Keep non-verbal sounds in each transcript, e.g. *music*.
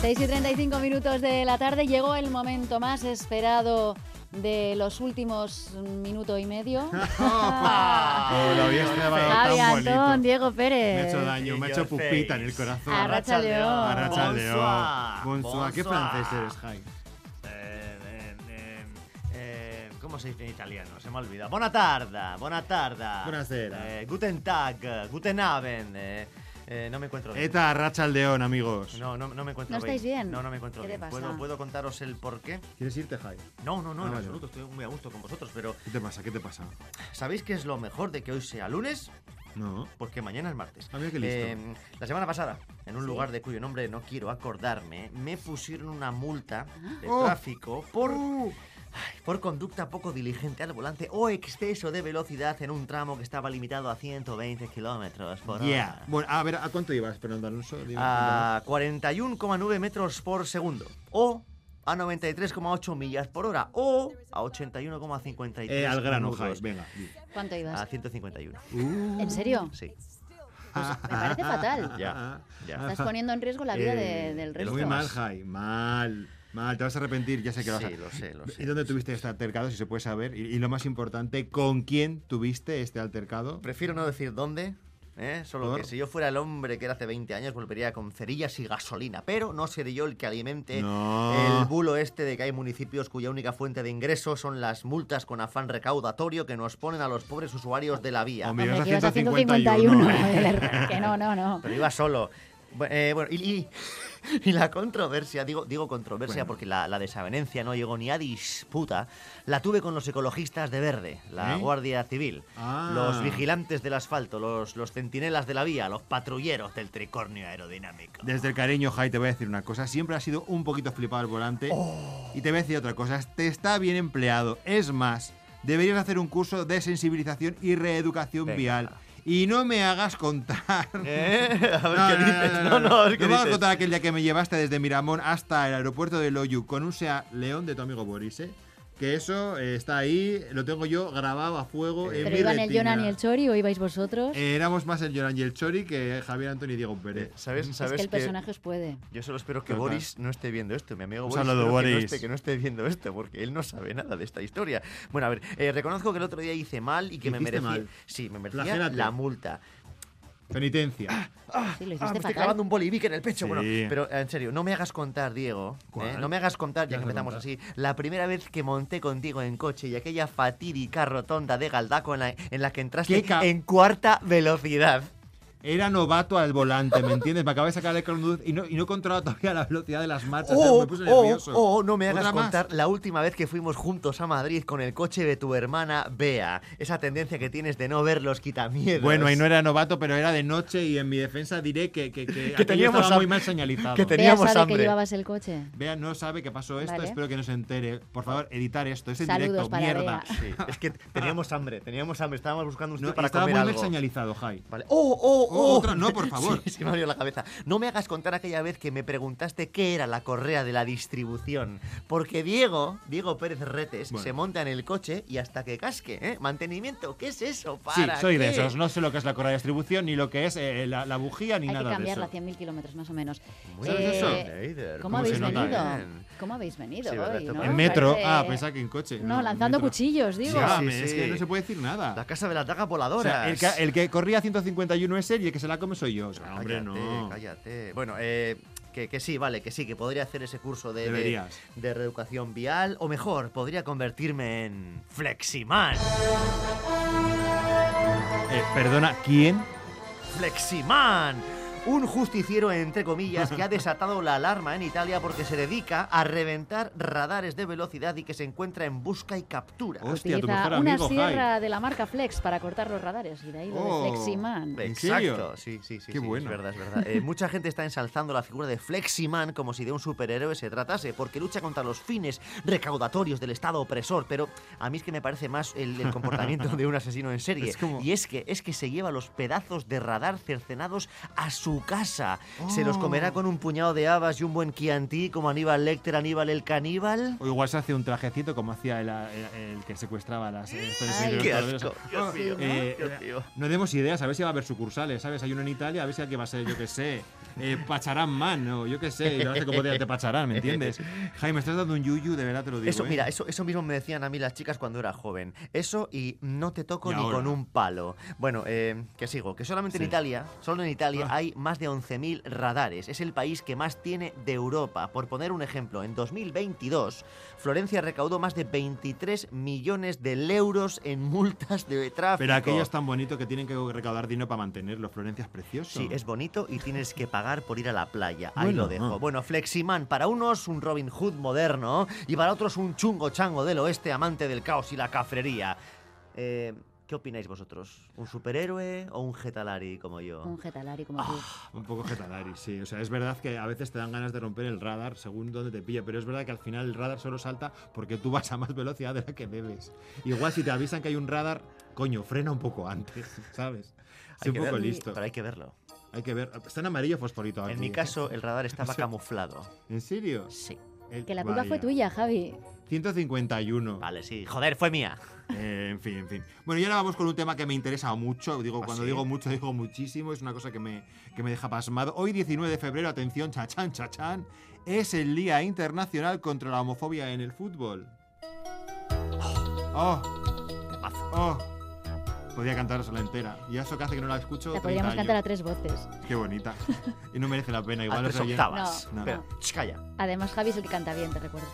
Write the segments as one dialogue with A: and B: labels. A: 6 y 35 minutos de la tarde llegó el momento más esperado de los últimos minuto y
B: *laughs*
A: medio. Ah.
B: Oh, lo habías preparado tan
A: Javi
B: bonito.
A: Antón, Diego
B: Me ha
A: Pérez.
B: hecho daño, me ha hecho pupita en el corazón.
A: Arra- Arratsaldeon.
B: Arratsaldeon.
C: Bonsoir.
B: Bonsoir. ¿Qué
C: Bonsoir.
B: francés eres, Jai?
C: Eh, eh, eh, eh, ¿Cómo se dice en italiano? Se me olvida. Buona tarda, buona tarda.
B: Buonasera.
C: Eh, guten Tag, Guten Abend. eh, eh, no me encuentro bien.
B: Eta Arrachaldeón, amigos.
C: No, no, no me encuentro
A: ¿No estáis bien?
C: No, no me encuentro
A: ¿Qué te
C: bien.
A: pasa?
C: ¿Puedo, ¿Puedo contaros el por qué?
B: ¿Quieres irte, Jai?
C: No, no, no,
B: Ah,
C: en
B: vale.
C: absoluto. Estoy muy a gusto con vosotros, pero
B: ¿Qué te pasa? ¿Qué te pasa?
C: ¿sabéis qué es lo mejor de que hoy sea lunes?
B: No.
C: Porque mañana es martes.
B: Ah, mira qué listo.
C: Eh, la semana pasada, en un lugar de cuyo nombre no quiero acordarme, me pusieron una multa de
B: Oh.
C: tráfico por
B: Uh.
C: Ay, por conducta poco diligente al volante o exceso de velocidad en un tramo que estaba limitado a 120 kilómetros por hora.
B: Yeah. Bueno, a ver, ¿a cuánto ibas, Fernando Alonso? Dime,
C: A 41,9 metros por segundo. O a 93,8 millas por hora. O a 81,53
B: cuéntame. Eh, al grano,
C: minutos. Uh.
B: Jai. Venga. di.
A: ¿Cuánto
C: A
A: ibas?
C: 151.
A: ¿En serio?
C: Sí.
A: Me
B: Ah.
A: parece
B: *laughs*
A: fatal.
C: Ya. ya.
A: Estás poniendo en riesgo la vida
B: Eh,
A: de- del resto.
B: Muy mal, Jai. Mal. Mal. Te vas a arrepentir. Ya sé que lo vas a...
C: Sí, lo sé, lo sé.
B: ¿Y dónde tuviste este altercado, si se puede saber? Y, y lo más importante, ¿con quién tuviste este altercado?
C: Prefiero no decir dónde. ¿eh? Solo
B: Por-
C: que si yo fuera el hombre que era hace 20 años volvería con cerillas y gasolina. Pero no seré yo el que alimente
B: No.
C: el bulo este de que hay municipios cuya única fuente de ingresos son las multas con afán recaudatorio que nos ponen a los pobres usuarios de la vía.
B: Hombre.
A: Hombre,
B: ibas
A: que
B: a
A: ibas a
B: 151,
A: 151. joder, que no, no, no.
C: Pero iba solo. Bu- eh, bueno, y, y- *laughs* y la controversia, digo, digo controversia
B: Bueno.
C: porque la, la desavenencia no llegó ni a disputa, la tuve con los ecologistas de verde, la
B: ¿Eh?
C: Guardia Civil,
B: Ah.
C: los vigilantes del asfalto, los, los centinelas de la vía, los patrulleros del tricornio aerodinámico.
B: Desde el cariño, Jai, te voy a decir una cosa. Siempre has sido un poquito flipado al volante.
C: Oh.
B: Y te voy a decir otra cosa. Te está bien empleado. Es más, deberías hacer un curso de sensibilización y reeducación
C: Venga.
B: vial. Y no me hagas
C: *laughs*
B: contar.
C: ¿Eh? A ver
B: No,
C: qué
B: no,
C: dices.
B: no,
C: No,
B: no, no.
C: no, a ver
B: No
C: qué
B: me hagas
C: dices.
B: contar aquel día que me llevaste desde Miramón hasta el aeropuerto de Loyu con un SEA León de tu amigo Boris, ¿eh? Que eso eh, está ahí, lo tengo yo grabado a fuego. en
A: ¿Pero
B: mi
A: iban el
B: retina.
A: Jonan y el Chori o ibais vosotros?
B: Eh, éramos más el Yonan y el Chori que Javier Antonio y Diego Pérez.
C: Eh, ¿Sabes?
A: Es
C: ¿Sabes
A: que el
C: que-
A: personaje os puede.
C: Yo solo espero que
B: Total.
C: Boris no esté viendo esto, mi amigo
B: Un
C: Boris.
B: saludo,
C: espero Que, no
B: Boris.
C: esté, que no esté viendo esto, porque él no sabe nada de esta historia. Bueno, a ver, eh, reconozco que el otro día hice mal y que me
B: Hiciste
C: merecía.
B: mal.
C: Sí, me merecía
B: Flagélate. Ah,
C: la multa.
B: Penitencia.
A: Sí, lo
C: Ah,
A: hiciste
C: me estoy
A: fatal.
C: clavando un bolivic en el pecho.
B: Sí.
C: Bueno, pero eh, en serio, no me hagas contar, Diego. ¿eh?
B: ¿Cuál?
C: No me hagas contar,
B: ¿Qué
C: ya que
B: vas a
C: empezamos
B: contar?
C: así. La primera vez que monté contigo en coche y aquella fatídica rotonda de Galdaco en la, en la que entraste
B: ¿Qué ca-
C: en cuarta velocidad.
B: Era novato al volante, ¿me entiendes? Me acaba de sacar el cronoduz y no, y no controlaba todavía la velocidad de las marchas.
C: Oh,
B: me puse
C: oh,
B: nervioso.
C: oh, no me
B: ¿Otra
C: hagas
B: más?
C: contar la última vez que fuimos juntos a Madrid con el coche de tu hermana Bea. Esa tendencia que tienes de no ver los quitamiedos.
B: Bueno, ahí no era novato, pero era de noche y en mi defensa diré que, que, que aquello
C: teníamos
B: estaba
C: a-
B: muy mal señalizado.
C: que
A: Vea
C: te- Teníamos
A: sabe que
C: hambre.
A: llevabas el coche.
B: Bea no sabe que pasó esto,
A: Vale.
B: espero que no se entere. Por favor, editar esto, es en
A: Saludos
B: directo,
A: para
B: mierda.
A: Bea.
C: Sí, es que teníamos hambre, teníamos hambre, estábamos buscando un sitio
B: No,
C: para
B: estaba
C: comer
B: muy mal
C: algo.
B: señalizado, Jai.
C: Vale. ¡Oh, oh,
B: Oh,
C: oh!
B: otra, no, por favor.
C: *laughs* Sí, se me abrió la cabeza. No me hagas contar aquella vez que me preguntaste qué era la correa de la distribución. Porque Diego, Diego Pérez Retes,
B: Bueno.
C: se monta en el coche y hasta que casque, ¿eh? Mantenimiento, ¿qué es eso?
B: Sí,
C: ¿Para
B: soy de
C: qué?
B: esos. No sé lo que es la correa de distribución, ni lo que es eh, la, la bujía,
A: Hay
B: ni
A: que
B: nada de
A: cambiarla a
B: eso.
A: 100.000 kilómetros más o menos. Eh,
C: Muy
B: bien, eso.
C: Leider,
A: ¿Cómo,
C: ¿cómo
A: habéis
B: se nota,
A: venido?
C: eh?
A: ¿Cómo habéis venido
C: Sí, verdad,
A: hoy?
C: esto
A: ¿no?
C: parece-
B: En metro.
A: Parece-
B: Ah, pensaba que en coche.
A: Eh, No,
B: en
A: lanzando
B: metro.
A: cuchillos, digo.
B: Ya,
C: Sí,
B: me-
C: sí,
B: Es
C: sí.
B: que no se puede decir nada.
C: La casa de las dagas
B: O
C: voladoras.
B: sea, el, ca- el que corría 151 es él y el que se la come soy yo. O sea,
C: Cállate,
B: hombre, no.
C: Cállate. Bueno, eh, que, que sí, vale, que sí, que podría hacer ese curso de, de,
B: Deberías.
C: de reeducación vial. O mejor, podría convertirme en Fleximan.
B: Eh, perdona, ¿quién?
C: Fleximan. Un justiciero, entre comillas, que ha desatado la alarma en Italia porque se dedica a reventar radares de velocidad y que se encuentra en busca y captura.
B: Oh, Hostia, tu
A: Utiliza
B: mejor
A: una
B: amigo,
A: sierra de la marca Flex para cortar los radares. Y de ahí lo
B: Oh.
A: de Fleximan.
B: ¿En serio?
C: Exacto, sí, sí, sí.
B: Qué
C: sí,
B: bueno.
C: Es verdad, es verdad. Eh, mucha gente está ensalzando la figura de Fleximan como si de un superhéroe se tratase, porque lucha contra los fines recaudatorios del Estado opresor, pero a mí es que me parece más el, el comportamiento de un asesino en serie.
B: Es como-
C: Y es que, es que se lleva los pedazos de radar cercenados a su casa. Se los
B: Oh.
C: comerá con un puñado de habas y un buen Chianti como Aníbal Lecter, Aníbal el caníbal.
B: O igual se hace un trajecito como hacía el, el- el que secuestraba las. eh, estos
A: Ay,
B: señores
C: ¡Qué
B: verdaderos.
C: asco! Dios mío,
B: Eh,
C: Dios mío.
B: No demos ideas, a ver si va a haber sucursales, ¿sabes? Hay uno en Italia, a ver si aquí va a ser, yo qué sé, eh, Pacharán Man, o yo qué sé, y lo hace como de, de Pacharán, ¿me entiendes? Jaime, estás dando un yuyu, de verdad te lo digo.
C: Eso,
B: ¿eh?
C: mira, eso, eso mismo me decían a mí las chicas cuando era joven. Eso y no te toco
B: Y
C: ni
B: ahora.
C: con un palo. Bueno, eh, que sigo. Que solamente
B: Sí. Ah.
C: en Italia, solo en Italia hay más de 11.000 radares. Es el país que más tiene de Europa. Por poner un ejemplo, en 2022, Florencia recaudó más de 23 millones de euros en multas de tráfico.
B: Pero aquello es tan bonito que tienen que recaudar dinero para mantenerlo. Florencia es precioso.
C: Sí, es bonito y tienes que pagar por ir a la playa. Ahí
B: Bueno,
C: lo dejo.
B: ah.
C: Bueno, Fleximan, para unos un Robin Hood moderno y para otros un chungo chango del oeste amante del caos y la cafrería. Eh, ¿Qué opináis vosotros? ¿Un superhéroe o un getalari como yo?
A: Un getalari como tú.
B: Un poco Getalari, sí. O sea, es verdad que a veces te dan ganas de romper el radar según donde te pille, pero es verdad que al final el radar solo salta porque tú vas a más velocidad de la que debes. Igual si te avisan que hay un radar, coño, frena un poco antes, ¿sabes?
C: Hay
B: Sé un
C: que
B: poco
C: ver-
B: listo.
C: Pero hay que verlo.
B: Hay que ver. Está en amarillo fosforito
C: En
B: aquí,
C: mi
B: ¿eh?
C: caso, el radar
B: *laughs*
C: estaba camuflado.
B: ¿En serio?
C: Sí.
B: El-
A: Que la culpa fue
B: vaya.
A: tuya, Javi.
B: 151.
C: Vale, sí. Joder, fue mía.
B: Eh, en fin, en fin. Bueno, y ahora vamos con un tema que me interesa mucho. Digo,
C: ¿Ah,
B: cuando
C: sí?
B: digo mucho, digo muchísimo. Es una cosa que me, que me deja pasmado. Hoy, 19 de febrero, atención, chachán, chachán, es el Día Internacional contra la Homofobia en el Fútbol. ¡Oh! ¡Oh! Podría cantársela entera. Y eso que hace que no la escucho.
A: La
B: 30
A: podríamos cantar a
B: años.
A: tres voces.
B: Qué bonita. Y no merece
C: *laughs*
B: la pena. Igual
C: a
B: los
C: tres
B: oyentes-
C: octavas.
B: No, no.
C: Pero, ch, calla.
A: Además, Javi es el que canta bien, te recuerdo.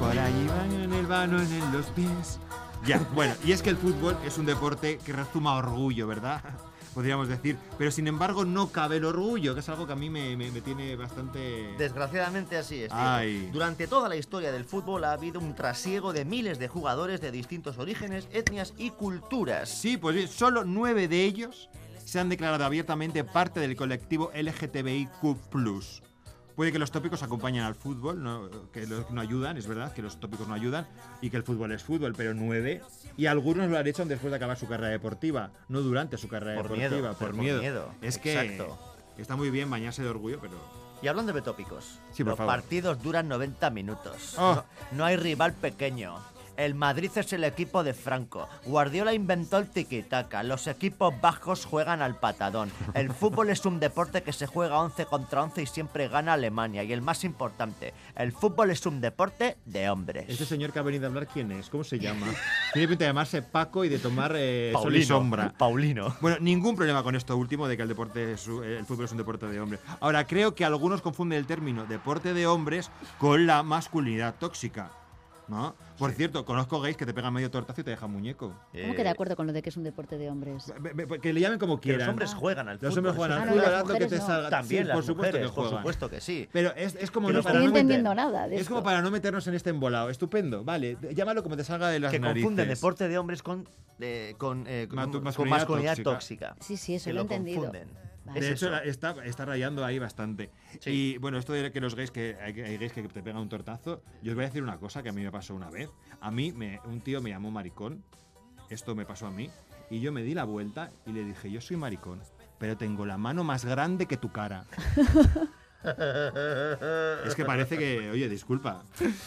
B: Por allí van en el vano, en los pies. Ya, bueno, y es que el fútbol es un deporte que rezuma orgullo, ¿verdad? *laughs* Podríamos decir. Pero sin embargo, no cabe el orgullo, que es algo que a mí me, me- me tiene bastante.
C: Desgraciadamente así es. Diego.
B: Ay.
C: Durante toda la historia del fútbol ha habido un trasiego de miles de jugadores de distintos orígenes, etnias y culturas.
B: Sí, pues bien, solo nueve de ellos se han declarado abiertamente parte del colectivo LGTBIQ. Puede que los tópicos acompañen al fútbol, no- que los- no ayudan, es verdad que los tópicos no ayudan y que el fútbol es fútbol, pero nueve. Y algunos lo han hecho después de acabar su carrera deportiva, no durante su carrera
C: Por miedo,
B: deportiva,
C: pero
B: por,
C: por
B: miedo.
C: miedo,
B: Es que
C: exacto.
B: está muy bien bañarse de orgullo, pero.
C: Y hablando de tópicos,
B: Sí, por
C: los
B: favor.
C: partidos duran 90 minutos.
B: Oh.
C: No, no hay rival pequeño. El Madrid es el equipo de Franco. Guardiola inventó el tiquitaca. Los equipos bajos juegan al patadón. El fútbol es un deporte que se juega 11 contra 11 y siempre gana Alemania. Y el más importante, el fútbol es un deporte de hombres.
B: Este señor que ha venido a hablar, ¿quién es? ¿Cómo
C: *laughs*
B: se llama? Tiene pinta de llamarse Paco y de tomar eh, sol y sombra.
C: Paulino.
B: Bueno, ningún problema con esto último de que el deporte es un- el fútbol es un deporte de hombres. Ahora, creo que algunos confunden el término deporte de hombres con la masculinidad tóxica. ¿No? Por cierto, conozco gays que te pegan medio tortazo y te dejan muñeco.
A: ¿Cómo que de acuerdo con lo de que es un deporte de hombres?
B: Be- be- Que le llamen como
C: Eh, Que
B: quieran.
C: los hombres juegan al fútbol.
B: Los hombres juegan
A: Ah,
B: al
A: no,
B: fútbol,
A: las
B: haz lo que te
A: mujeres no.
B: salga.
C: También
B: Sí,
C: las
B: por supuesto
C: mujeres,
B: que
C: por
B: juegan.
C: supuesto que sí.
B: Pero es, es como
C: Que
B: no
C: no
B: para
A: estoy
B: no meter-
A: entendiendo nada de
B: Es
A: esto.
B: como para no meternos en este embolado. Estupendo, vale. Llámalo como te salga de las
C: Que
B: narices.
C: confunden deporte de hombres con, eh, con, eh, con-
B: Ma- tu-
C: con
B: masculinidad
C: masculinidad,
B: tóxica.
C: tóxica.
A: Sí, sí, eso
C: que
A: lo he
C: lo
A: entendido.
C: confunden.
A: Vale.
C: Es
B: De hecho,
C: eso.
B: la- está, está rayando ahí bastante.
C: Sí.
B: Y bueno, esto de que los gays que hay, hay gays que te pegan un tortazo, yo os voy a decir una cosa que a mí me pasó una vez. A mí me- un tío me llamó maricón, esto me pasó a mí, y yo me di la vuelta y le dije, yo soy maricón, pero tengo la mano más grande que tu cara. es que parece que, oye, disculpa,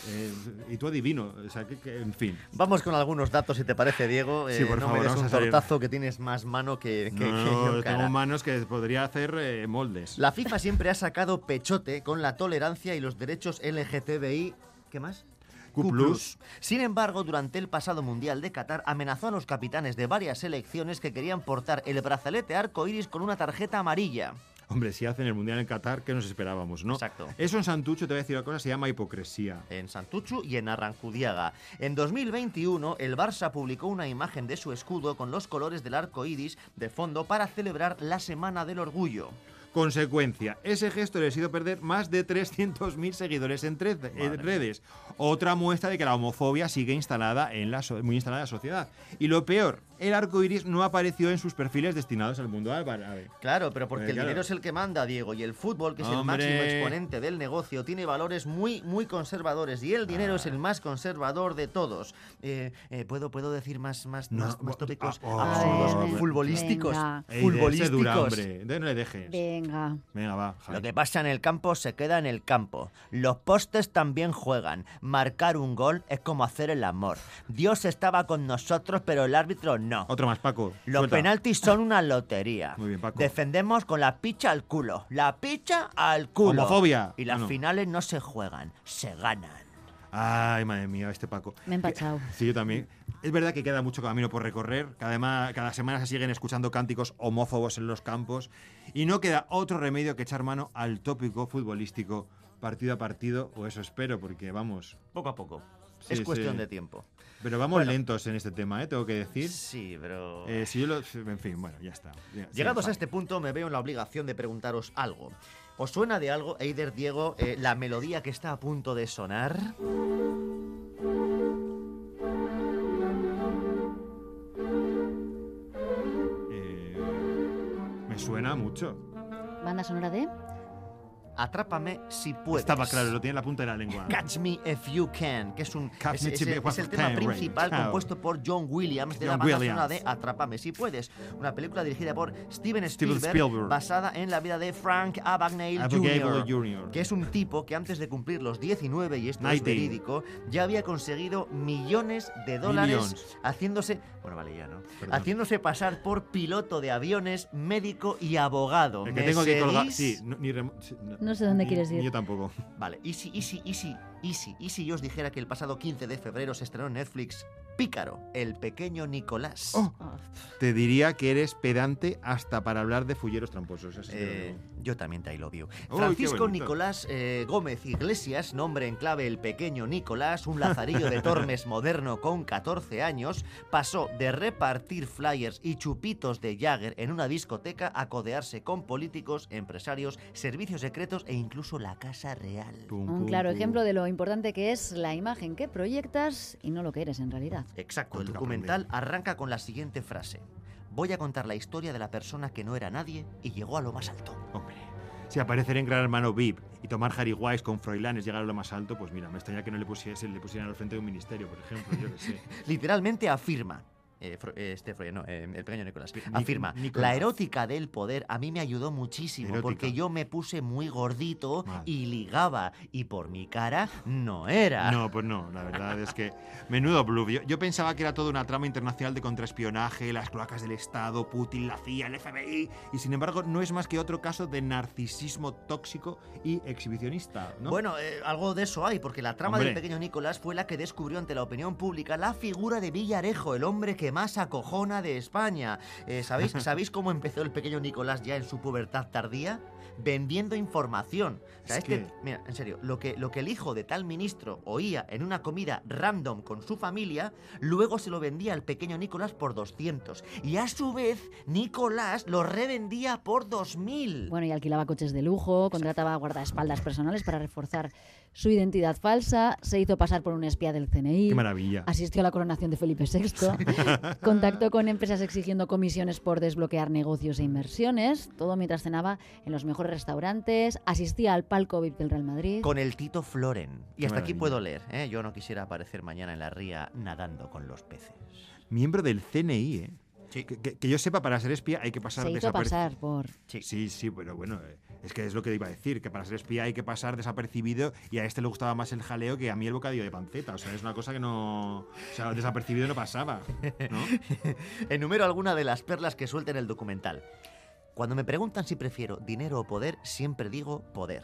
B: eh, y tú adivino, o sea, que- que, en fin.
C: Vamos con algunos datos, si te parece, Diego.
B: Sí,
C: Eh,
B: por
C: no
B: favor,
C: me des
B: vamos a
C: un
B: salir.
C: tortazo que tienes más mano que, que-
B: No,
C: que yo,
B: no,
C: cara.
B: tengo manos que podría hacer eh, moldes.
C: La FIFA siempre ha sacado pechote con la tolerancia y los derechos LGTBI. ¿Qué más?
B: Q+.
C: Sin embargo, durante el pasado Mundial de Qatar amenazó a los capitanes de varias selecciones que querían portar el brazalete arco iris con una tarjeta amarilla.
B: Hombre, si hacen el Mundial en Qatar, ¿qué nos esperábamos, no?
C: Exacto.
B: Eso en Santucho, te voy a decir una cosa, se llama hipocresía.
C: en Santuchu y en Arrancudiaga. En 2021, el Barça publicó una imagen de su escudo con los colores del arco iris de fondo para celebrar la Semana del Orgullo.
B: Consecuencia, ese gesto le ha sido perder más de 300.000 seguidores en, trece- en
C: Madre mía.
B: redes. Otra muestra de que la homofobia sigue instalada en la so- muy instalada en la sociedad. Y lo peor, el arco iris no apareció en sus perfiles destinados al mundo árabe.
C: Claro, pero porque
B: Eh, claro.
C: el dinero es el que manda, Diego, y el fútbol, que es el
B: Hombre.
C: máximo exponente del negocio, tiene valores muy, muy conservadores, y el dinero es el
B: Ah.
C: más conservador de todos. Eh, eh, ¿puedo, ¿Puedo decir más, más,
B: No,
C: más, más
B: bu-
C: tópicos
B: ah, oh,
C: absurdos?
A: A ver,
C: futbolísticos.
A: venga.
B: Ey, ese dura,
C: futbolísticos.
B: hombre. de- No le dejes.
A: Venga.
B: Venga, va. Javi.
C: Lo que pasa en el campo se queda en el campo. Los postes también juegan. Marcar un gol es como hacer el amor. Dios estaba con nosotros, pero el árbitro No.
B: Otro más, Paco.
C: Los
B: Suelta.
C: penaltis son una lotería.
B: Muy bien, Paco.
C: Defendemos con la picha al culo. La picha al culo.
B: Homofobia.
C: Y las
B: Ah, no.
C: finales no se juegan, se ganan.
B: Ay, madre mía, este Paco.
A: Me he empachado.
B: Sí, yo también. Es verdad que queda mucho camino por recorrer. Cada, ma- cada semana se siguen escuchando cánticos homófobos en los campos. Y no queda otro remedio que echar mano al tópico futbolístico partido a partido, o eso espero, porque vamos.
C: Poco a poco.
B: Sí,
C: es cuestión
B: sí.
C: de tiempo.
B: Pero vamos
C: Bueno.
B: lentos en este tema, ¿eh? tengo que decir.
C: Sí, pero...
B: Eh, si yo lo- en fin, bueno, ya está. Ya-
C: Llegados
B: sí,
C: a este punto, me veo en la obligación de preguntaros algo. ¿Os suena de algo, Eider Diego, eh, la melodía que está a punto de sonar?
B: eh, me suena mucho.
A: Banda sonora de...
C: Atrápame si puedes.
B: Estaba claro, lo tiene en la punta de la lengua.
C: Catch Me If You Can, que es un
B: Catch
C: es,
B: me
C: es-
B: if you
C: es
B: want
C: el
B: to
C: tema
B: time, right.
C: principal
B: Chao.
C: compuesto por John Williams de la
B: John
C: banda
B: Williams.
C: sonora de Atrápame si puedes, una película dirigida por Steven
B: Steven
C: Spielberg,
B: Spielberg.
C: basada en la vida de Frank Abagnale
B: Abagnale
C: Jr.,
B: Jr..
C: que es un tipo que antes de cumplir los 19 y esto es
B: 19.
C: verídico, ya había conseguido millones de dólares
B: Millions.
C: haciéndose, bueno, vale ya, ¿no?
B: Perdón.
C: Haciéndose pasar por piloto de aviones, médico y abogado.
B: El que
C: ¿Me
B: tengo que colgar.
C: seguís?
B: Sí, no, ni remo- sí,
A: No sé dónde
B: ni-
A: quieres
B: Ni
A: ir.
B: yo tampoco.
C: Vale, y si, y si, y si, y si, y si yo os dijera que el pasado 15 de febrero se estrenó en Netflix Pícaro, el pequeño Nicolás.
B: Oh.
A: Oh,
B: Te diría que eres pedante hasta para hablar de fulleros tramposos. Así te lo
C: Eh,
B: digo.
C: yo también te I love you.
B: qué
C: Francisco
B: bonito.
C: Nicolás eh, Gómez Iglesias, nombre en clave el pequeño Nicolás, un lazarillo
B: *laughs*
C: de Tormes moderno con 14 años, pasó de repartir flyers y chupitos de Jagger en una discoteca a codearse con políticos, empresarios, servicios secretos e incluso la Casa Real.
B: Pum,
A: un
B: pum,
A: claro
B: pum.
A: ejemplo de lo importante que es la imagen que proyectas y no lo que eres en realidad.
C: Exacto, el
B: Cultura
C: documental arranca con la siguiente frase. Voy a contar la historia de la persona que no era nadie y llegó a lo más alto.
B: Hombre, si aparecer en Gran Hermano VIP y tomar Harry Wise con Froilán es llegar a lo más alto, pues mira, me extraña que no le, pusiese, le pusieran al frente de un ministerio, por ejemplo, yo qué sé.
C: Literalmente afirma. eh, Fro- eh, este Freud, no, eh, el pequeño Nicolás.
B: Pe- Nic-
C: Afirma,
B: Nicolás.
C: la erótica del poder a mí me ayudó muchísimo
B: Erótica.
C: porque yo me puse muy gordito
B: Mal.
C: y ligaba y por mi cara no
A: Ah.
C: era.
B: No, pues no, la verdad es que menudo bluff. Yo, yo pensaba que era toda una trama internacional de contraespionaje, las cloacas del Estado, Putin, la CIA, el FBI, y sin embargo no es más que otro caso de narcisismo tóxico y exhibicionista, ¿no?
C: Bueno, eh, algo de eso hay, porque la trama del
B: Hombre.
C: pequeño Nicolás fue la que descubrió ante la opinión pública la figura de Villarejo, el hombre que más acojona de España. Eh,
B: *laughs*
C: ¿sabéis, ¿Sabéis cómo empezó el pequeño Nicolás ya en su pubertad tardía? Vendiendo información. O sea,
B: Es
C: este-
B: que-
C: Mira, en serio, lo que, lo que el hijo de tal ministro oía en una comida random con su familia, luego se lo vendía al pequeño Nicolás por 200. Y a su vez, Nicolás lo revendía por 2000.
A: Bueno, y alquilaba coches de lujo, contrataba guardaespaldas personales para reforzar su identidad falsa, se hizo pasar por un espía del CNI.
B: Qué maravilla.
A: Asistió a la coronación de Felipe
B: *laughs*
A: VI, contactó con empresas exigiendo comisiones por desbloquear negocios e inversiones, todo mientras cenaba en los mejores restaurantes, asistía al palco VIP del Real Madrid.
C: con el Tito Floren. Y
B: Qué
C: hasta aquí
B: maravilla.
C: puedo leer. ¿eh? Yo no quisiera aparecer mañana en la ría nadando con los peces.
B: Miembro del CNI, ¿eh?
C: Sí.
B: Que, que- que yo sepa, para ser espía hay que pasar
A: Se hizo
B: desapercibido.
A: pasar por...
C: Sí.
B: Sí, sí, pero bueno, eh, es que es lo que iba a decir, que para ser espía hay que pasar desapercibido y a este le gustaba más el jaleo que a mí el bocadillo de panceta. O sea, es una cosa que no... O sea, desapercibido no pasaba, ¿no?
C: Enumero alguna de las perlas que suelta en el documental. Cuando me preguntan si prefiero dinero o poder, siempre digo poder.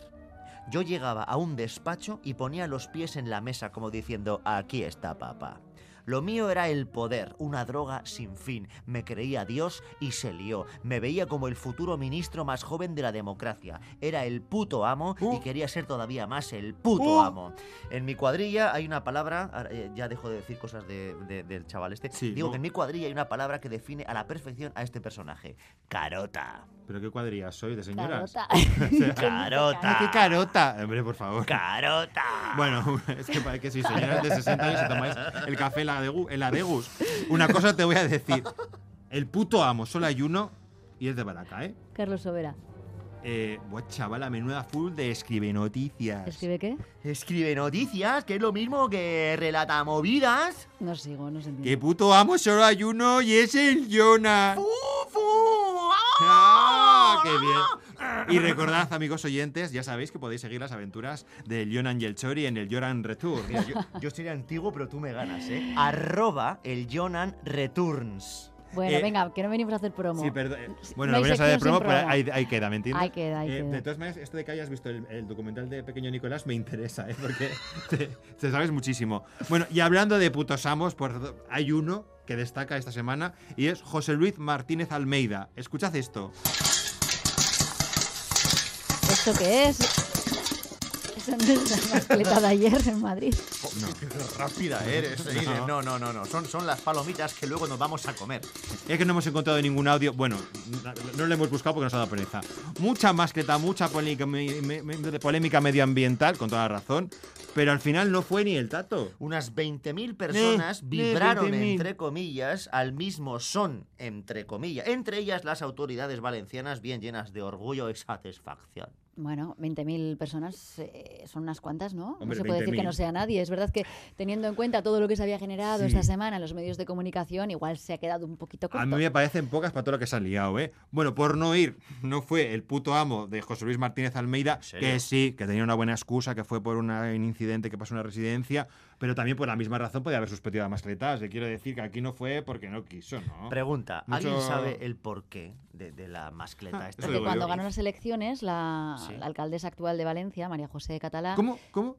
C: Yo llegaba a un despacho y ponía los pies en la mesa como diciendo, aquí está papá. Lo mío era el poder, una droga sin fin. Me creía Dios y se lió. Me veía como el futuro ministro más joven de la democracia. Era el puto amo y
B: Uh.
C: quería ser todavía más el puto
B: Uh.
C: amo. En mi cuadrilla hay una palabra, ahora, eh, ya dejo de decir cosas de- de- del chaval este,
B: Sí,
C: digo
B: no.
C: que en mi cuadrilla hay una palabra que define a la perfección a este personaje.
B: *laughs*
C: Carota.
B: ¿Pero qué cuadrillas sois de señoras?
A: Carota.
B: *laughs*
A: *laughs*
B: Ah, ¡Qué
C: Carota.
B: carota! Hombre, por favor.
C: Carota.
B: Bueno, *laughs* es que parece que sois señoras de 60 años y tomáis el café en la Adegu- en la Adegus. Una cosa te voy a decir. El puto amo, solo hay uno y es de Baraca, ¿eh?
A: Carlos Sobera.
B: Eh, buah, chavala, menuda full de escribe noticias.
A: ¿Escribe qué?
C: Escribe noticias, que es lo mismo que relata movidas.
A: No sigo, no se entiende.
B: ¡Qué puto amo! Solo hay uno y es el Jonas.
C: ¡Fufu!
B: ¡Ah,
C: *laughs*
B: qué bien! Y recordad, amigos oyentes, ya sabéis que podéis seguir las aventuras de Jonan y el Chori en el Joran Retour.
C: Yo, yo sería antiguo, pero tú me ganas, ¿eh? Arroba el Jonan Returns.
A: Bueno,
B: Eh,
A: venga, que no venimos a hacer promo.
B: Sí, perdón. eh,
A: Sí,
B: Bueno,
A: no
B: no
A: hay
B: voy a saber de
A: sección
B: promo,
A: sin
B: pero
A: promo.
B: ahí, ahí queda, ¿me entiendes?
A: Ahí queda, ahí
B: Eh,
A: queda.
B: De todas maneras, esto de que hayas visto el, el documental de Pequeño Nicolás me interesa, ¿eh? porque *laughs* te, te sabes muchísimo. Bueno, y hablando de putos amos, por, hay uno que destaca esta semana y es José Luis Martínez Almeida. Escuchad esto.
A: ¿Esto qué es? Eso no es la mascleta de ayer en Madrid.
C: Qué rápida eres, Eider. *laughs* No, no, no, no. Son, son las palomitas que luego nos vamos a comer.
B: Es que no hemos encontrado ningún audio. Bueno, na- no lo hemos buscado porque nos ha dado pereza. Mucha máscleta, mucha polémica, me- me- me- polémica medioambiental, con toda la razón. Pero al final no fue ni el tato.
C: Unas 20.000 personas
B: Ne, ne,
C: vibraron,
B: 20.000.
C: entre comillas, al mismo son, entre comillas. Entre ellas las autoridades valencianas bien llenas de orgullo y satisfacción.
A: Bueno, 20.000 personas eh, son unas cuantas, ¿no?
B: Hombre,
A: no se puede decir que
B: 20.000.
A: no sea nadie. Es verdad que teniendo en cuenta todo lo que se había generado
B: Sí.
A: esta semana en los medios de comunicación, igual se ha quedado un poquito corto.
B: A mí me parecen pocas para todo lo que se ha liado, ¿eh? Bueno, por no ir, no fue el puto amo de José Luis Martínez Almeida,
C: serio?
B: que sí, que tenía una buena excusa, que fue por una- un incidente que pasó en una residencia, pero también por la misma razón podía haber suspendido la mascleta. O sea, quiero decir que aquí no fue porque no quiso, ¿no?
C: Pregunta,
B: Mucho-
C: ¿alguien sabe el porqué de, de la mascleta esta?
B: Ah, eso
A: Porque
B: digo
A: cuando
B: yo.
A: ganó las elecciones, la,
C: Sí.
A: la alcaldesa actual de Valencia, María José Catalá,
B: ¿Cómo? ¿Cómo?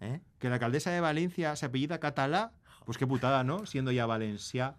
C: ¿Eh?
B: ¿Que la alcaldesa de Valencia se apellida Catalá? Pues qué putada, ¿no? Siendo
C: *laughs*
B: ya Valencia.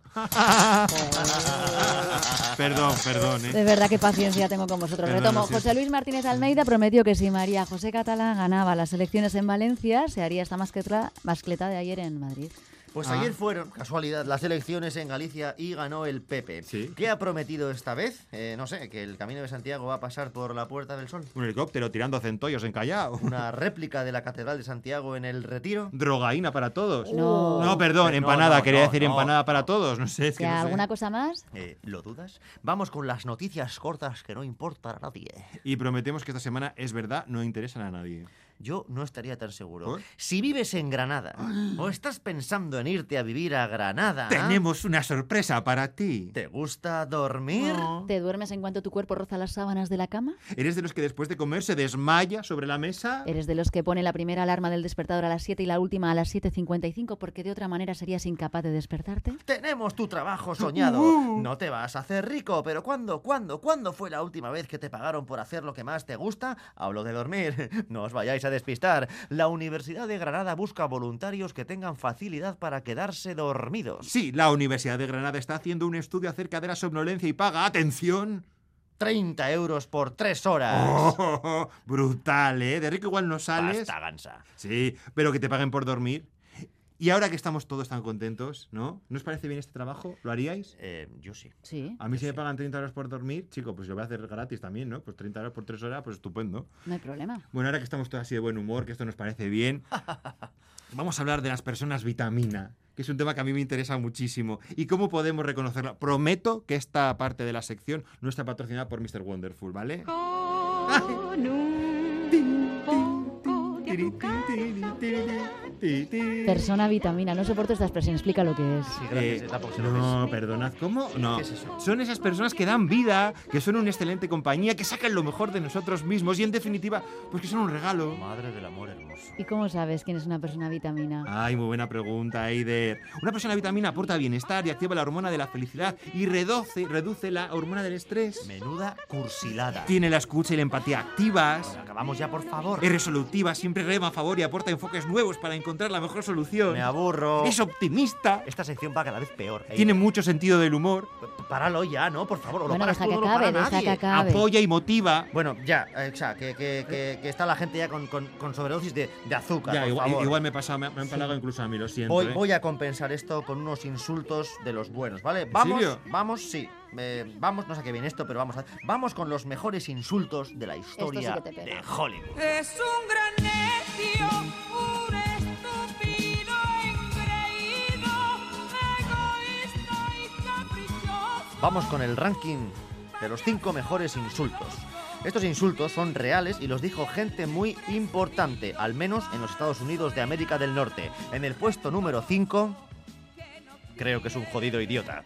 B: perdón, perdón, ¿eh?
A: De verdad que paciencia tengo con vosotros.
B: Perdón,
A: Retomo.
B: lo siento.
A: José Luis Martínez Almeida prometió que si María José Catalá ganaba las elecciones en Valencia, se haría esta mascleta, mascleta de ayer en Madrid.
C: Pues
B: Ah.
C: ayer fueron, casualidad, las elecciones en Galicia y ganó el PP.
B: Sí.
C: ¿Qué ha prometido esta vez? Eh, no sé, que el Camino de Santiago va a pasar por la Puerta del Sol.
B: Un helicóptero tirando a centollos en Callao. *laughs*
C: Una réplica de la Catedral de Santiago en el Retiro.
B: Drogaína para todos.
A: No.
B: No, perdón,
C: No,
B: empanada,
C: no,
B: quería
C: no,
B: decir
C: no,
B: empanada para
C: no.
B: todos, no sé, es que
A: ¿Que
B: no sé.
A: ¿Alguna cosa más?
C: Eh, ¿Lo dudas? Vamos con las noticias cortas que no importan a nadie.
B: Y prometemos que esta semana es verdad, no interesan a nadie.
C: Yo no estaría tan seguro.
B: ¿Por?
C: Si vives en Granada o estás pensando en irte a vivir a Granada,
A: Ah.
B: Tenemos una sorpresa para ti.
C: ¿te gusta dormir?
A: ¿Te duermes en cuanto tu cuerpo roza las sábanas de la cama?
B: ¿Eres de los que después de comer se desmaya sobre la mesa?
A: ¿Eres de los que pone la primera alarma del despertador a las 7 y la última a las 7.55 porque de otra manera serías incapaz de despertarte?
C: Tenemos tu trabajo soñado. No te vas a hacer rico, pero ¿cuándo, cuándo, cuándo fue la última vez que te pagaron por hacer lo que más te gusta? Hablo de dormir. *laughs* No os vayáis a despistar. La Universidad de Granada busca voluntarios que tengan facilidad para quedarse dormidos.
B: Sí, la Universidad de Granada está haciendo un estudio acerca de la somnolencia y paga, atención,
C: 30 euros por 3 horas.
B: Oh, brutal, ¿eh? De rico igual no sales.
C: Basta, gansa.
B: Sí, pero que te paguen por dormir. Y ahora que estamos todos tan contentos, ¿no? ¿No os parece bien este trabajo? ¿Lo haríais?
C: Eh, yo sí.
A: Sí,
B: A mí si me pagan 30 horas por dormir, chico, pues lo voy a hacer gratis también, ¿no? Pues 30 horas por 3 horas, pues estupendo.
A: no hay problema.
B: Bueno, ahora que estamos todos así de buen humor, que esto nos parece bien, vamos a hablar de las personas vitamina, que es un tema que a mí me interesa muchísimo. ¿Y cómo podemos reconocerla? Prometo que esta parte de la sección no está patrocinada por Mr. Wonderful, ¿vale? *laughs*
D: Con un poco de azúcar.
A: Persona vitamina, no soporto esta expresión, explica lo que es.
C: gracias,
B: Eh,
C: tampoco sé lo que es.
B: no, perdonad, ¿cómo? No.
C: ¿Qué es eso?
B: Son esas personas que dan vida, que son una excelente compañía, que sacan lo mejor de nosotros mismos y en definitiva, pues que son un regalo.
C: Madre del amor hermoso.
A: ¿Y cómo sabes quién es una persona
C: Ah,
A: vitamina?
B: Ay, muy buena pregunta, Eider. Una persona vitamina aporta bienestar y activa la hormona de la felicidad y reduce, reduce la hormona del estrés.
C: Menuda cursilada.
B: Tiene la escucha y la empatía activas,
C: Acabamos ya, por favor.
B: es resolutiva, siempre rema a favor y aporta enfoques nuevos para encontrar la mejor solución.
C: Me aburro.
B: Es optimista,
C: Esta sección va cada vez peor. Ey,
B: tiene mucho sentido del humor,
C: p- Páralo ya, ¿no? Por favor, o lo
A: Bueno,
C: paras
A: deja
C: tú
A: que
C: o no lo para
A: acabe, deja
C: nadie.
A: que acabe.
B: apoya y motiva.
C: Bueno, ya, eh, o sea, que, que- que- que está la gente ya con, con- con sobredosis de, de azúcar.
B: Ya,
C: por
B: igual,
C: favor.
B: igual me, he pasado- me, me han palado incluso a mí, lo siento.
C: Voy,
B: ¿eh?
C: voy a compensar esto con unos insultos de los buenos, ¿vale? Vamos,
B: serio?
C: vamos, sí. Eh, vamos, no sé a qué viene esto, pero vamos a- Vamos con los mejores insultos de la historia
A: que te pega.
C: de Hollywood.
E: Es un gran necio, un estúpido, engreído, egoísta y caprichoso.
C: Vamos con el ranking de los cinco mejores insultos. Estos insultos son reales y los dijo gente muy importante, al menos en los Estados Unidos de América del Norte. En el puesto número 5, creo que es un jodido idiota.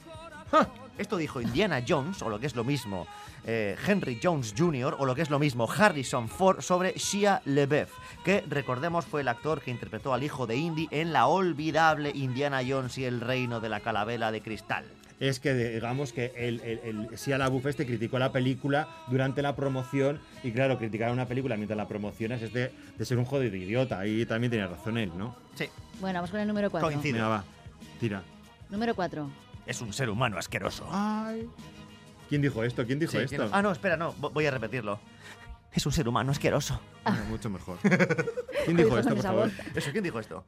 C: ¡Ja! Esto dijo Indiana Jones, o lo que es lo mismo, eh, Henry Jones Jr., o lo que es lo mismo, Harrison Ford, sobre Shia LeBeouf, que recordemos fue el actor que interpretó al hijo de Indy en la olvidable Indiana Jones y el reino de la calavera de cristal.
B: es que digamos que el, el, el Shia LaBeouf este criticó la película durante la promoción y claro, criticar una película mientras la promocionas es de, de ser un jodido idiota. Ahí también tenía razón él, ¿no?
C: Sí,
A: Bueno, vamos con el número 4.
C: Coincide. Tira.
B: Mira, va, tira.
A: Número 4.
C: es un ser humano asqueroso.
B: Ay. ¿Quién dijo esto? ¿Quién dijo
C: Sí,
B: esto?
C: tiene- Ah, no, espera, no, vo- voy a repetirlo. Es un ser humano asqueroso.
B: Bueno,
A: *laughs*
B: mucho mejor. ¿Quién dijo
A: Ah, Oye,
B: esto,
A: con
B: por
A: esa
B: favor?
A: voz.
C: ¿Eso quién dijo esto?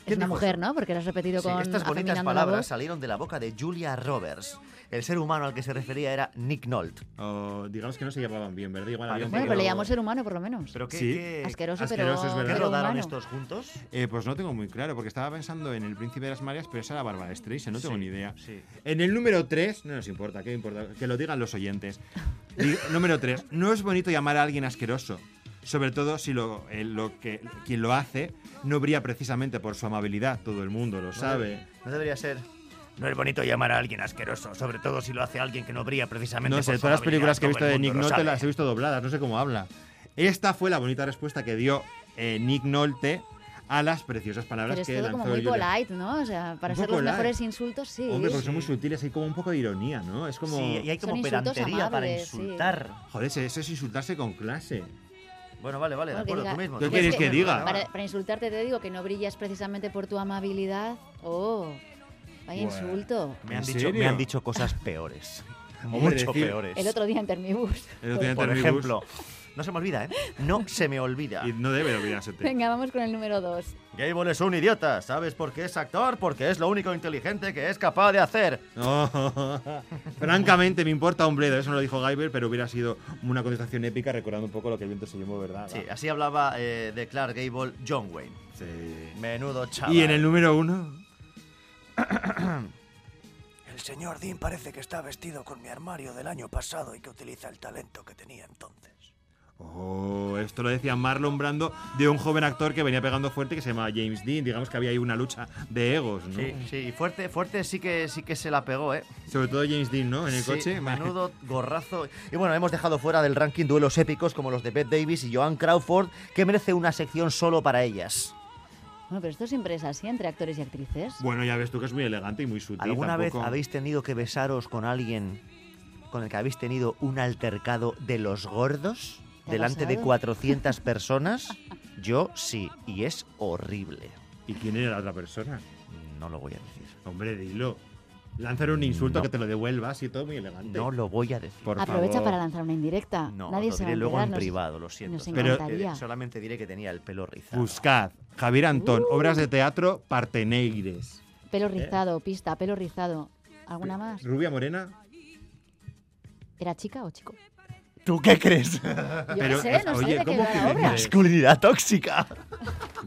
A: Es
C: ¿Quién
A: una
C: dijo
A: mujer,
C: eso?
A: ¿no? Porque las has repetido
C: Sí,
A: con
C: estas bonitas
A: afeminando la
C: palabras
A: voz.
C: salieron de la boca de Julia Roberts. El ser humano al que se refería era Nick Nolte.
B: O, digamos que no se llevaban bien, ¿verdad? Igual
C: Vale,
B: había un
A: Bueno,
B: poquito-
A: pero le llamó ser humano por lo menos.
C: Pero qué,
B: Sí.
C: qué-
A: asqueroso,
B: asqueroso, es
A: pero,
B: verdad.
C: ¿qué
A: pero
C: rodaron
A: humano.
C: estos juntos?
B: Eh, pues no tengo muy claro, porque estaba pensando en El Príncipe de las Mareas, pero esa era Bárbara Streisand, no tengo
C: Sí,
B: ni idea.
C: sí.
B: En el número 3, no nos importa, ¿qué importa? Que lo digan los oyentes.
C: *laughs*
B: Di- número 3, no es bonito llamar a alguien asqueroso, sobre todo si lo, eh, lo que, quien lo hace no brilla precisamente por su amabilidad, todo el mundo lo sabe.
C: No debería ser. No es bonito llamar a alguien asqueroso, sobre todo si lo hace alguien que no brilla precisamente.
B: No sé,
C: por su
B: todas las películas que he visto
C: amabilidad,
B: de
C: todo el
B: Nick
C: mundo lo
B: Nolte
C: sabe.
B: las he visto dobladas, no sé cómo habla. Esta fue la bonita respuesta que dio eh, Nick Nolte a las preciosas palabras
A: Pero es
B: que
A: todo
B: lanzó
A: como muy
B: el Julia.
A: polite, ¿no? O sea, para
B: Un
A: ser
B: poco
A: los
B: light.
A: mejores insultos, sí.
B: Hombre, porque
C: Sí.
B: son muy sutiles, hay como un poco de ironía, ¿no? Es como.
C: Sí, y hay como
A: Son insultos
C: pedantería para
A: amables, sí.
C: insultar.
B: Joder, eso eso es insultarse con clase.
C: Bueno, vale, vale, de
A: Bueno, que
C: acuerdo,
A: diga-
C: tú mismo.
B: ¿Qué
C: tú
B: quieres
C: mismo.
B: que diga?
A: Para, para insultarte te digo que no brillas precisamente por tu amabilidad. Oh, vaya
B: Buah.
A: insulto.
C: Me han,
B: ¿En
C: dicho,
B: serio?
C: me han dicho cosas
B: *laughs*
C: peores.
B: Hombre,
C: Mucho
B: decir-
C: peores.
A: El otro día en
C: *laughs*
A: Termibus.
B: El otro día en
C: Por
B: Termibus.
C: ejemplo, no se me olvida, ¿eh? No se me olvida.
B: *laughs* Y no debe olvidársete.
A: Venga, vamos con el número 2.
C: Gable es un idiota. ¿Sabes por qué es actor? Porque es lo único inteligente que es capaz de hacer.
B: No. *laughs* Francamente, me importa un bledo. Eso no lo dijo Guyber, pero hubiera sido una contestación épica recordando un poco lo que el viento se llevó, ¿verdad?
C: Sí, así hablaba eh, de Clark Gable John Wayne.
B: Sí.
C: Menudo chaval.
B: Y en el número uno.
F: El señor Dean parece que está vestido con mi armario del año pasado y que utiliza el talento que tenía entonces.
B: Oh, esto lo decía Marlon Brando de un joven actor que venía pegando fuerte que se llamaba James Dean. Digamos que había ahí una lucha de egos, ¿no?
C: Sí, sí, y fuerte, fuerte sí que, sí que se la pegó, ¿eh?
B: Sobre todo James Dean, ¿no? En el
C: Sí,
B: coche.
C: Menudo gorrazo. Y bueno, hemos dejado fuera del ranking duelos épicos como los de Bette Davis y Joan Crawford, que merece una sección solo para ellas.
A: Bueno, pero esto siempre es así entre actores y actrices.
B: Bueno, ya ves tú que es muy elegante y muy sutil.
C: ¿Alguna
B: tampoco-
C: vez habéis tenido que besaros con alguien con el que habéis tenido un altercado de los gordos
A: ¿Te ha
C: delante de
A: pasado? *laughs*
C: 400 personas? Yo sí, y es horrible.
B: ¿Y quién era la otra persona?
C: No lo voy a decir.
B: Hombre, dilo. Lanzar un insulto
C: No.
B: que te lo devuelvas y todo muy elegante.
C: No lo voy a decir.
B: Por
A: Aprovecha
B: favor.
A: para lanzar una indirecta.
C: No,
A: Nadie
C: lo
A: se va a
C: diré luego
A: enterar,
C: en
A: nos-
C: privado, lo siento. eh,
A: nos
B: Pero-
A: encantaría.
C: solamente diré que tenía el pelo rizado.
B: Buscad Javier Antón,
A: Uh.
B: obras de teatro Parteneires.
A: Pelo
C: ¿eh?
A: rizado, pista, pelo rizado. ¿Alguna más?
B: Rubia Morena.
A: ¿Era chica o chico?
C: ¿Tú qué *laughs* crees?
A: Yo
B: Pero,
A: qué sé, no
B: oye,
A: sé de qué
B: ¿cómo
A: va
B: que
A: la obra.
B: dices?
C: Masculinidad tóxica.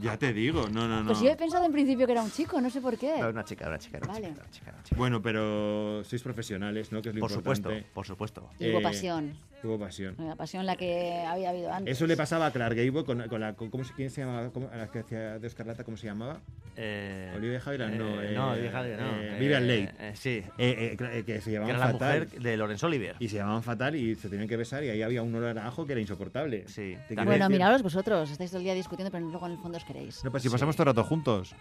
B: Ya te digo, no, no, no.
A: Pues yo he pensado en principio que era un chico, no sé por qué.
C: No, una chica, una chica, una
A: Vale.
C: chica, una chica, una chica.
B: Bueno, pero sois profesionales, ¿no? Que es lo
C: Por supuesto,
B: importante.
C: por supuesto.
A: Y hubo
B: eh,
A: pasión.
B: Hubo pasión.
A: La pasión la que había habido antes.
B: Eso le pasaba a Clark Gable con, con la. Con, ¿cómo, se- ¿Quién se llamaba? ¿Cómo- a la que hacía de Escarlata, ¿cómo se llamaba?
C: Eh,
B: Olivia Jaira, no.
C: eh,
B: eh,
C: no, Olivia Jaira, no.
B: eh, Vivian
C: Eh,
B: Leigh.
C: eh, sí.
B: Eh, eh, cla- eh, que se
C: Que
B: llamaban
C: era la
B: fatal.
C: mujer de Lorenzo Olivier.
B: Y se llamaban fatal y se tenían que besar y ahí había un olor a ajo que era insoportable.
C: Sí,
B: Te
C: también.
B: quiero
A: Bueno,
B: decir-
A: miraos vosotros, estáis todo el día discutiendo, pero luego en el fondo os queréis.
B: No, pues si pasamos todo el rato juntos.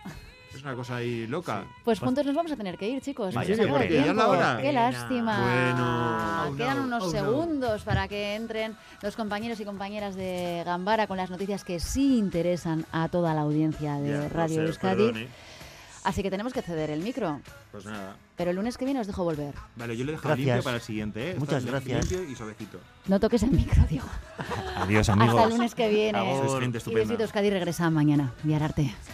B: Es una cosa ahí loca.
A: Pues juntos nos vamos a tener que ir, chicos.
B: ¿En
A: Nos
B: serio?
A: acaba el
B: Porque ya es la
A: tiempo.
B: hora.
A: Qué lástima.
B: Bueno.
A: Quedan
B: Oh, no.
A: unos
B: Oh, no.
A: segundos para que entren los compañeros y compañeras de Gambara con las noticias que sí interesan a toda la audiencia de
B: Ya, lo
A: Eh, Radio
B: sé, os
A: Euskadi.
B: perdone.
A: Así que tenemos que ceder el micro.
B: Pues nada.
A: Pero el lunes que viene os dejo volver.
B: Vale, yo lo he dejado
C: Gracias.
B: limpio para el siguiente, ¿eh?
C: Muchas
B: Está
C: gracias.
B: Limpio y suavecito.
A: No toques el micro, Diego.
B: Adiós,
A: Hasta el lunes que viene.
B: Sois gente
A: Y besito
B: estupenda.
A: Euskadi regresa mañana. Viararte. arte.